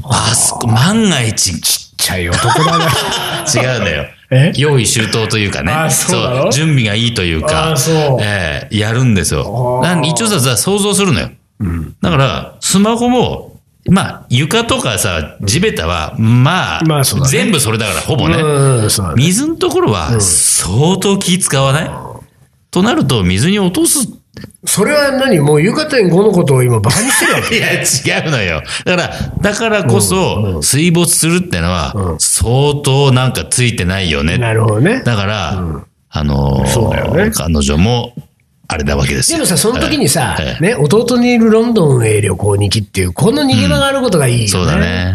Speaker 2: あそこ、万が一、き
Speaker 1: ちゃい男だな。
Speaker 2: 違うんだよ。
Speaker 1: え
Speaker 2: 用意周到というかね。
Speaker 1: あそうなの
Speaker 2: 準備がいいというか
Speaker 1: あ、そう
Speaker 2: ええやるんですよ。なん一応さ、さ想像するのよ。だから、スマホも、まあ、床とかさ、地べたは、まあ、
Speaker 1: まあそうだね
Speaker 2: 全部それだから、ほ ぼね。
Speaker 1: うんうん、そうだね
Speaker 2: 水のところは、相当気使わない、となると、水に落とす
Speaker 1: それは何もうゆか点5のことを今バカにしてるわけ
Speaker 2: いや、違うのよ。だから、だからこそ、水没するってのは、相当なんかついてないよ ね。
Speaker 1: なるほどね。
Speaker 2: だから、あのー
Speaker 1: そうだよね
Speaker 2: 彼女も、あれなわけです
Speaker 1: で
Speaker 2: よ。
Speaker 1: もさ、その時にさ
Speaker 2: ええ、
Speaker 1: ね、弟にいるロンドンへ旅行に行きっていう、この逃げ場があることがいいよね。
Speaker 2: そうだ。ね。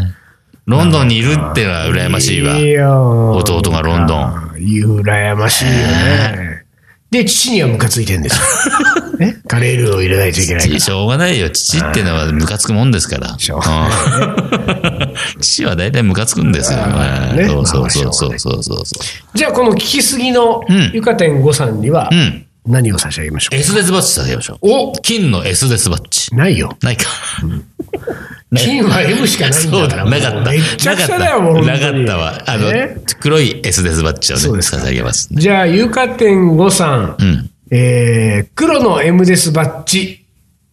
Speaker 2: ロンドンにいるってのは羨ましいわ。
Speaker 1: いよ。
Speaker 2: 弟がロンドン。
Speaker 1: ン。いや羨ましいよね。で、父にはムカついてんです よ。ね、カレールーを入れないといけないから。
Speaker 2: しょうがないよ。父ってのはムカつくもんですから。
Speaker 1: しょう
Speaker 2: うん父は大体ムカつくんですよ。
Speaker 1: あーね
Speaker 2: そうそ
Speaker 1: ま
Speaker 2: うそ
Speaker 1: あ
Speaker 2: う
Speaker 1: しょう
Speaker 2: そうそうそう。
Speaker 1: じゃあ、この聞きすぎの
Speaker 2: ん
Speaker 1: ゆか点5さんには
Speaker 2: う、ん。
Speaker 1: 何を差し上げましょ
Speaker 2: S デスバッチさせましょう。
Speaker 1: お
Speaker 2: 金の S デスバッチ。
Speaker 1: うないよ。
Speaker 2: ないか。
Speaker 1: 金は M しかないん
Speaker 2: そう
Speaker 1: だか
Speaker 2: だ、
Speaker 1: ら。
Speaker 2: なかった。
Speaker 1: めっちゃくちゃだよ、もう。
Speaker 2: なかったなかったわ。あ
Speaker 1: ね
Speaker 2: の、黒い S デスバッチを
Speaker 1: そう
Speaker 2: ね、
Speaker 1: ですか
Speaker 2: 差し上げますね。
Speaker 1: じゃあ、ゆか点5さん、
Speaker 2: うん。
Speaker 1: えー黒の M ですバッジ、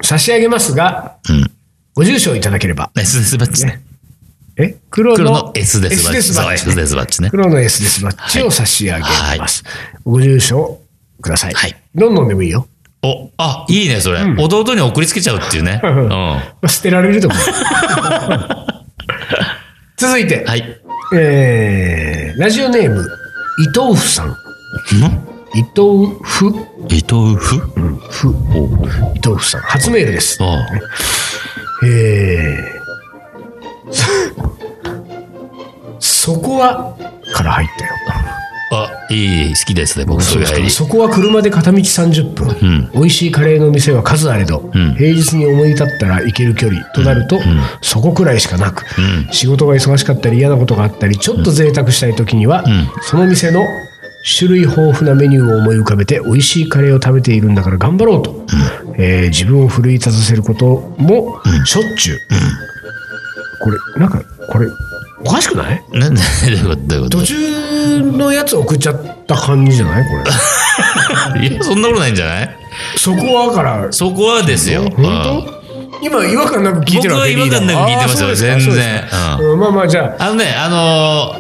Speaker 1: 差し上げますが、
Speaker 2: うん。
Speaker 1: ご住所いただければ。
Speaker 2: S デスバッチね。
Speaker 1: え黒
Speaker 2: 黒
Speaker 1: の
Speaker 2: の S デスバッチ。そう、
Speaker 1: S デス
Speaker 2: S
Speaker 1: バッ
Speaker 2: デ
Speaker 1: ジ
Speaker 2: スバッチね。
Speaker 1: 黒の S ですバッジを差し上げます。ご住所ください。
Speaker 2: はい
Speaker 1: どんどんでもいいよ。
Speaker 2: お、あ、いいね、それ。弟に送りつけちゃうっていう ね。
Speaker 1: う
Speaker 2: うんん。
Speaker 1: まあ捨てられると 思う。続いて、
Speaker 2: はい。ん
Speaker 1: えーラジオネーム、伊藤夫さん。伊藤夫、
Speaker 2: 伊藤夫
Speaker 1: 夫、伊藤夫さん。初メールです。
Speaker 2: あ
Speaker 1: えー、 そこはから入ったよ。
Speaker 2: あ、いい、好きですね、僕、そういう入り。
Speaker 1: そこは車で片道30分、
Speaker 2: ん
Speaker 1: 美味しいカレーの店は数あれど、
Speaker 2: ん
Speaker 1: 平日に思い立ったら行ける距離となると、そこくらいしかなく、
Speaker 2: ん
Speaker 1: 仕事が忙しかったり嫌なことがあったりちょっと贅沢したい時には、
Speaker 2: ん
Speaker 1: その店の種類豊富なメニューを思い浮かべて美味しいカレーを食べているんだから頑張ろうと、えー自分を奮い立たせることもしょっちゅう、これなんかこれおかしくない
Speaker 2: なんで、 どういうことどういうこ
Speaker 1: 途中のやつ送っちゃった感じじゃないこれ。
Speaker 2: といや、そんなことないんじゃない
Speaker 1: そこはから、
Speaker 2: そこはですよ。うん
Speaker 1: 本当今違和感なく聞いてるわけ
Speaker 2: 僕は違和感なく聞いてますよ
Speaker 1: リーダーはあーそうで
Speaker 2: 全
Speaker 1: すか
Speaker 2: 然
Speaker 1: そうですかうんまあまあ、じゃあ、
Speaker 2: あのね、あの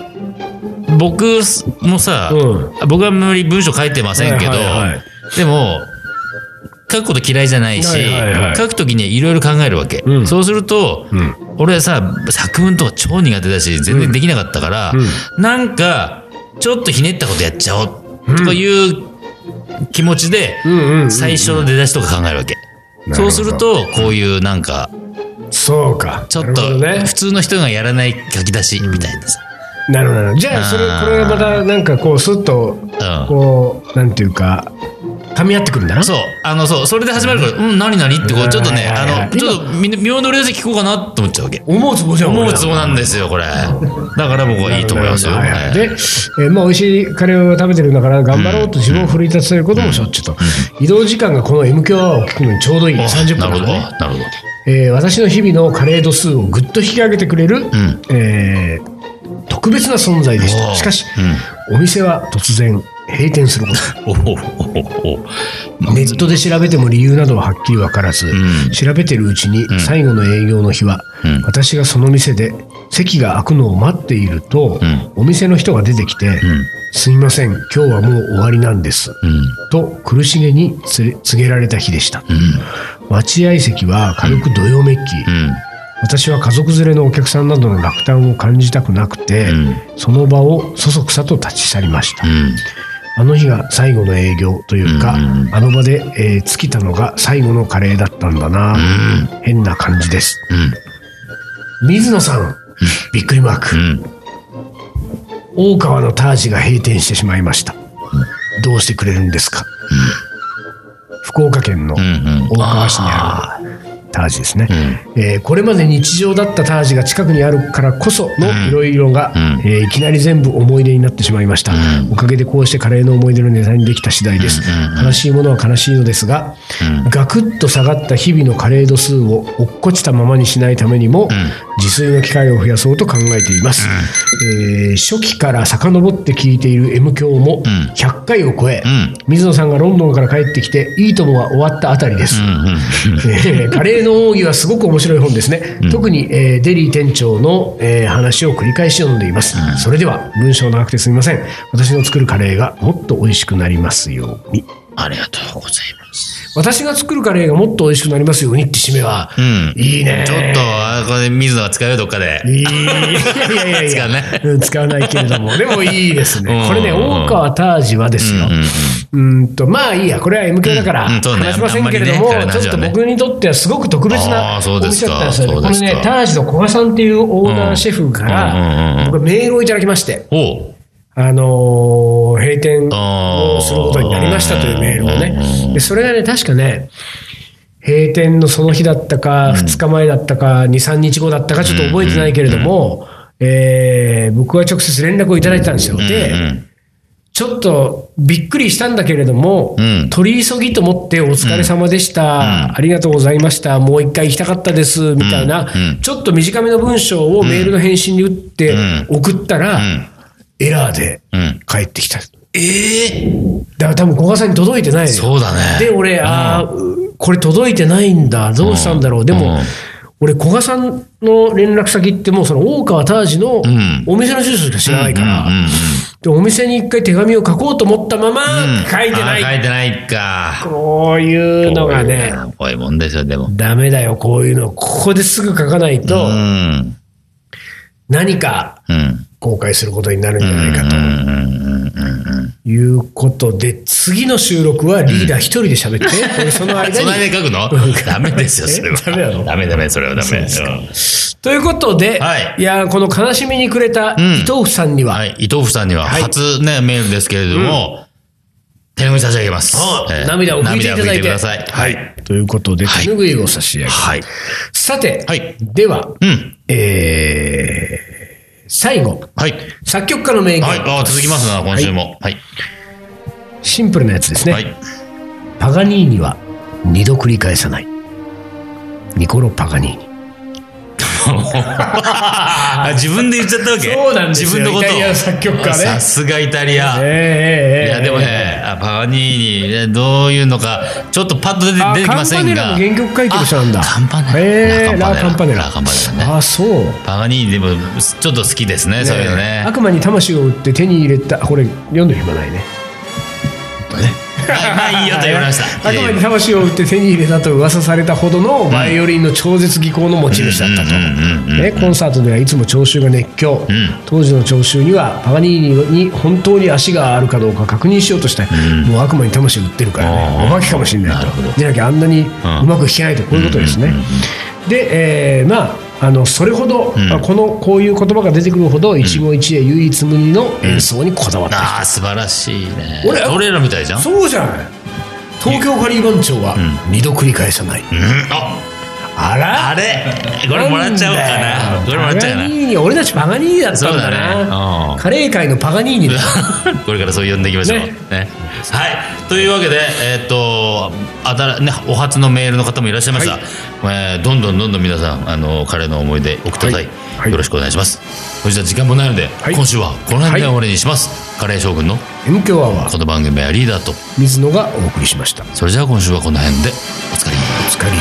Speaker 2: ー僕もさ、
Speaker 1: う
Speaker 2: 僕はあんまり文章書いてませんけど、
Speaker 1: はいはいはい
Speaker 2: でも、書くこと嫌いじゃないし、
Speaker 1: はいはいはい
Speaker 2: 書くときにいろいろ考えるわけ。
Speaker 1: うん
Speaker 2: そうすると、
Speaker 1: ん
Speaker 2: 俺さ、作文とか超苦手だし、全然できなかったから、なんか、ちょっとひねったことやっちゃおう、とかいう気持ちで、
Speaker 1: うんうん、うん
Speaker 2: 最初の出だしとか考えるわけ。
Speaker 1: うん
Speaker 2: そうすると、こういうなんか、
Speaker 1: そうか。
Speaker 2: ちょっ
Speaker 1: なるほ
Speaker 2: と
Speaker 1: どね
Speaker 2: 普。通の人がやらない書き出しみたいなさ。
Speaker 1: なるほどなるほど。じゃあ、それ、
Speaker 2: あー
Speaker 1: これはまた、なんかこう、すっと、
Speaker 2: うん
Speaker 1: こう、なんていうか、噛み合ってくるんだな。
Speaker 2: そう、あの、そう、それで始まるから、うん、何何ってこう、ちょっとね、
Speaker 1: はいはいはい
Speaker 2: あの、ちょっと、み、妙な俺たち聞こうかなと思っちゃうわけ。
Speaker 1: 思うつぼじゃん。
Speaker 2: 思う
Speaker 1: 俺ら
Speaker 2: ツボなんですよ、これ。だから僕はいいと思いますよ。
Speaker 1: はいはい
Speaker 2: はい
Speaker 1: で、えーまあ、美味しいカレーを食べてるんだから頑張ろうと自分を奮い立たせることもしょっちゅうと、移動時間がこの M 響アワーを聞くのにちょうどいい
Speaker 2: お
Speaker 1: 30分
Speaker 2: な
Speaker 1: だから
Speaker 2: るほど、
Speaker 1: ね
Speaker 2: なるほど。
Speaker 1: えー私の日々のカレー度数をぐっと引き上げてくれる、
Speaker 2: ん
Speaker 1: えー特別な存在でし
Speaker 2: お
Speaker 1: た
Speaker 2: ー
Speaker 1: しかし、お店は突然閉店する こと
Speaker 2: おおおおお
Speaker 1: ネットで調べても理由などははっきり分からず、
Speaker 2: ん
Speaker 1: 調べてるうちに最後の営業の日は、
Speaker 2: うん
Speaker 1: 私がその店で席が空くのを待っていると、
Speaker 2: ん
Speaker 1: お店の人が出てきて、
Speaker 2: うん、
Speaker 1: すみません今日はもう終わりなんです、
Speaker 2: うん、
Speaker 1: と苦しげにつれ告げられた日でした
Speaker 2: うん、
Speaker 1: 待合席は軽くどよめき、
Speaker 2: うん、
Speaker 1: 私は家族連れのお客さんなどの落胆を感じたくなくて、
Speaker 2: うん
Speaker 1: その場をそそくさと立ち去りました、
Speaker 2: うん、
Speaker 1: あの日が最後の営業というか、
Speaker 2: うん
Speaker 1: あの場で、えー尽きたのが最後のカレーだったんだな、
Speaker 2: う
Speaker 1: 変な感じです
Speaker 2: ん、
Speaker 1: 水野さんびっくりマーク、
Speaker 2: うん、
Speaker 1: 大川のタージが閉店してしまいました、どうしてくれるんですか、福岡県の
Speaker 2: うん、うん
Speaker 1: 大。川市にあるタージですね、えーこれまで日常だったタージが近くにあるからこそのいろいろが、
Speaker 2: うん
Speaker 1: えーいきなり全部思い出になってしまいました、おかげでこうしてカレーの思い出のネタにできた次第です、悲しいものは悲しいのですが、ガクッと下がった日々のカレー度数を落っこちたままにしないためにも、自炊の機会を増やそうと考えています、えー初期から遡って聞いている M 教も
Speaker 2: ん
Speaker 1: 100回を超え、
Speaker 2: うん
Speaker 1: 水野さんがロンドンから帰ってきて「いいとも」が終わったあたりです、
Speaker 2: うん、うん、
Speaker 1: えーカレーの奥義はすごく面白い本ですね、特に、えーデリー店長の、えー話を繰り返し読んでいます、それでは文章長くてすみません私の作るカレーがもっと美味しくなりますように
Speaker 2: ありがとうございます。
Speaker 1: 私が作るカレーがもっと美味しくなりますようにって締めは、
Speaker 2: うん。
Speaker 1: いいね
Speaker 2: ちょっと、あこれ、水野が使うよ、どっかで。
Speaker 1: いいいやいや い
Speaker 2: 使
Speaker 1: や
Speaker 2: うね
Speaker 1: うん使わないけれどもでもいいですね
Speaker 2: うん
Speaker 1: これね大川タージはですよ、
Speaker 2: うんうん
Speaker 1: うんとまあいいやこれは M 響だから
Speaker 2: うんうんそうね
Speaker 1: 話しませんけれども、
Speaker 2: あんまりね
Speaker 1: ちょっと僕にとってはすごく特別な
Speaker 2: あーそ
Speaker 1: お
Speaker 2: うで
Speaker 1: 店
Speaker 2: す
Speaker 1: だ
Speaker 2: か
Speaker 1: ったんですよねこれ
Speaker 2: そうです
Speaker 1: ね
Speaker 2: か
Speaker 1: タージの古賀さんっていうオーナーシェフから、
Speaker 2: うんうんうんうん
Speaker 1: 僕メールをいただきまして
Speaker 2: おう
Speaker 1: あのー閉店をすることになりましたというメールを
Speaker 2: うんうんう
Speaker 1: ね
Speaker 2: ん
Speaker 1: でそれがね確かね閉店のその日だったか、2日前だったか、2、3日後だったか、ちょっと覚えてないけれども、えー僕は直接連絡をいただいてたんですよ。で、
Speaker 2: うんうん
Speaker 1: ちょっとびっくりしたんだけれども、
Speaker 2: うん
Speaker 1: 取り急ぎと思って、お疲れ様でした、ありがとうございました、もう一回行きたかったです、みたいな、
Speaker 2: うんうん
Speaker 1: ちょっと短めの文章をメールの返信に打って
Speaker 2: う
Speaker 1: 送ったら、
Speaker 2: ん
Speaker 1: エラーで
Speaker 2: うん。
Speaker 1: 帰ってきた。だか
Speaker 2: ええ
Speaker 1: ら多分小川さんに届いてないのよ
Speaker 2: そうだね。
Speaker 1: で、俺、ああ、これ届いてないんだ、どうしたんだろう、でも、
Speaker 2: うん
Speaker 1: 俺、古賀さんの連絡先って、もうその大川タージの
Speaker 2: ん
Speaker 1: お店の住所しか知らないから、
Speaker 2: うんうんうん
Speaker 1: でお店に一回手紙を書こうと思ったまま、
Speaker 2: うん
Speaker 1: 書いてない、
Speaker 2: あ書いてないか。
Speaker 1: こういうのがね、
Speaker 2: こういうもんですよ、でも。
Speaker 1: ダメだよ、こういうの。ここですぐ書かないうと、
Speaker 2: ん。
Speaker 1: 何か
Speaker 2: うん。
Speaker 1: 後悔することになるんじゃ
Speaker 2: う
Speaker 1: ない
Speaker 2: ん
Speaker 1: かと。
Speaker 2: うんうんうんうん
Speaker 1: いうことで、次の収録はリーダー一人で喋って、俺その間に。
Speaker 2: その間に書くのダメですよ、それは。
Speaker 1: えダメなの
Speaker 2: ダメダメ、それはダメ。うん
Speaker 1: ということで、
Speaker 2: はい
Speaker 1: い、やーこの悲しみにくれた伊藤さんには、
Speaker 2: はい、伊藤夫さんには
Speaker 1: はい
Speaker 2: 初ね、メールですけれども、手紙差し上げます。えー
Speaker 1: 涙を拭いていただいて
Speaker 2: 涙を拭ください。はい。
Speaker 1: ということで、
Speaker 2: はい
Speaker 1: 手拭いを差し上げます。
Speaker 2: はい。
Speaker 1: さて、
Speaker 2: はい
Speaker 1: では、
Speaker 2: うん。
Speaker 1: えー、最後、
Speaker 2: はい。
Speaker 1: 作曲家の名言、
Speaker 2: はい。あー続きますな、今週も。はい。
Speaker 1: シンプルなやつですね。
Speaker 2: はい。
Speaker 1: パガニーニは二度繰り返さない。ニコロ・パガニーニ。
Speaker 2: あ、自分で言っちゃったわけ
Speaker 1: そうなんですよ
Speaker 2: 自分のことを
Speaker 1: イタリア作曲家ね
Speaker 2: さすがイタリア。
Speaker 1: ええええ
Speaker 2: いや、でもね、あパガニーニね、どういうのか、ちょっとパッと出て
Speaker 1: あ
Speaker 2: 出てきません
Speaker 1: カン
Speaker 2: が。
Speaker 1: パネラの原曲書いてる人なんだ
Speaker 2: あカンパネラ。
Speaker 1: へえラ・カンパネラ
Speaker 2: ラカンパネラね。
Speaker 1: あそう、
Speaker 2: パガニーニでも、ちょっと好きですね、そういうのね。
Speaker 1: 悪魔に魂を売って手に入れたこれ読んでる暇ないね
Speaker 2: はいまあいいよと言われまし た。
Speaker 1: 悪魔に
Speaker 2: い
Speaker 1: 魂を売って手に入れたと噂されたほどのバイオリンの超絶技巧の持ち主だったと、
Speaker 2: うんうんうんうん
Speaker 1: ね、コンサートではいつも聴衆が熱狂、
Speaker 2: ん
Speaker 1: 当時の聴衆にはパガニーニに本当に足があるかどうか確認しようとして、もう悪魔に魂を売ってるからね
Speaker 2: あー
Speaker 1: お化けかもしれない
Speaker 2: なるほど
Speaker 1: とでなきゃあんなにうまく弾けないとこういうことですね、
Speaker 2: うんうんうん
Speaker 1: で、えーまああのそれほど、
Speaker 2: ん
Speaker 1: まあこのこういう言葉が出てくるほど一期一会唯一無二の演奏にこだわってる
Speaker 2: ああ、素晴らしいね。
Speaker 1: 俺
Speaker 2: 俺らみたいじゃん。
Speaker 1: そうじゃない東京カリー番長は二度繰り返さない、
Speaker 2: うんあ
Speaker 1: あら
Speaker 2: あれこれもらっちゃおうかな。これもらっちゃう
Speaker 1: パガ
Speaker 2: か
Speaker 1: ニーニ俺たちパガニーニだったんだ
Speaker 2: そうだ
Speaker 1: な
Speaker 2: ねうん
Speaker 1: カレー界のパガニーニだ
Speaker 2: な。 これからそう呼んでいきましょう。
Speaker 1: ね
Speaker 2: ねはい。というわけで、えーっと、あたらね、お初のメールの方もいらっしゃいました。えーどんどんどんどん皆さん、あの、彼の思い出送ってください。
Speaker 1: はいはい
Speaker 2: よろしくお願いします。そしたら時間もないので、
Speaker 1: い
Speaker 2: 今週はこの辺で終わりにします。カレー将軍の
Speaker 1: M 強アワー
Speaker 2: この番組はリーダーと、
Speaker 1: 水野がお送りしました
Speaker 2: それじゃあ今週はこの辺で、お疲れ。
Speaker 1: お疲れ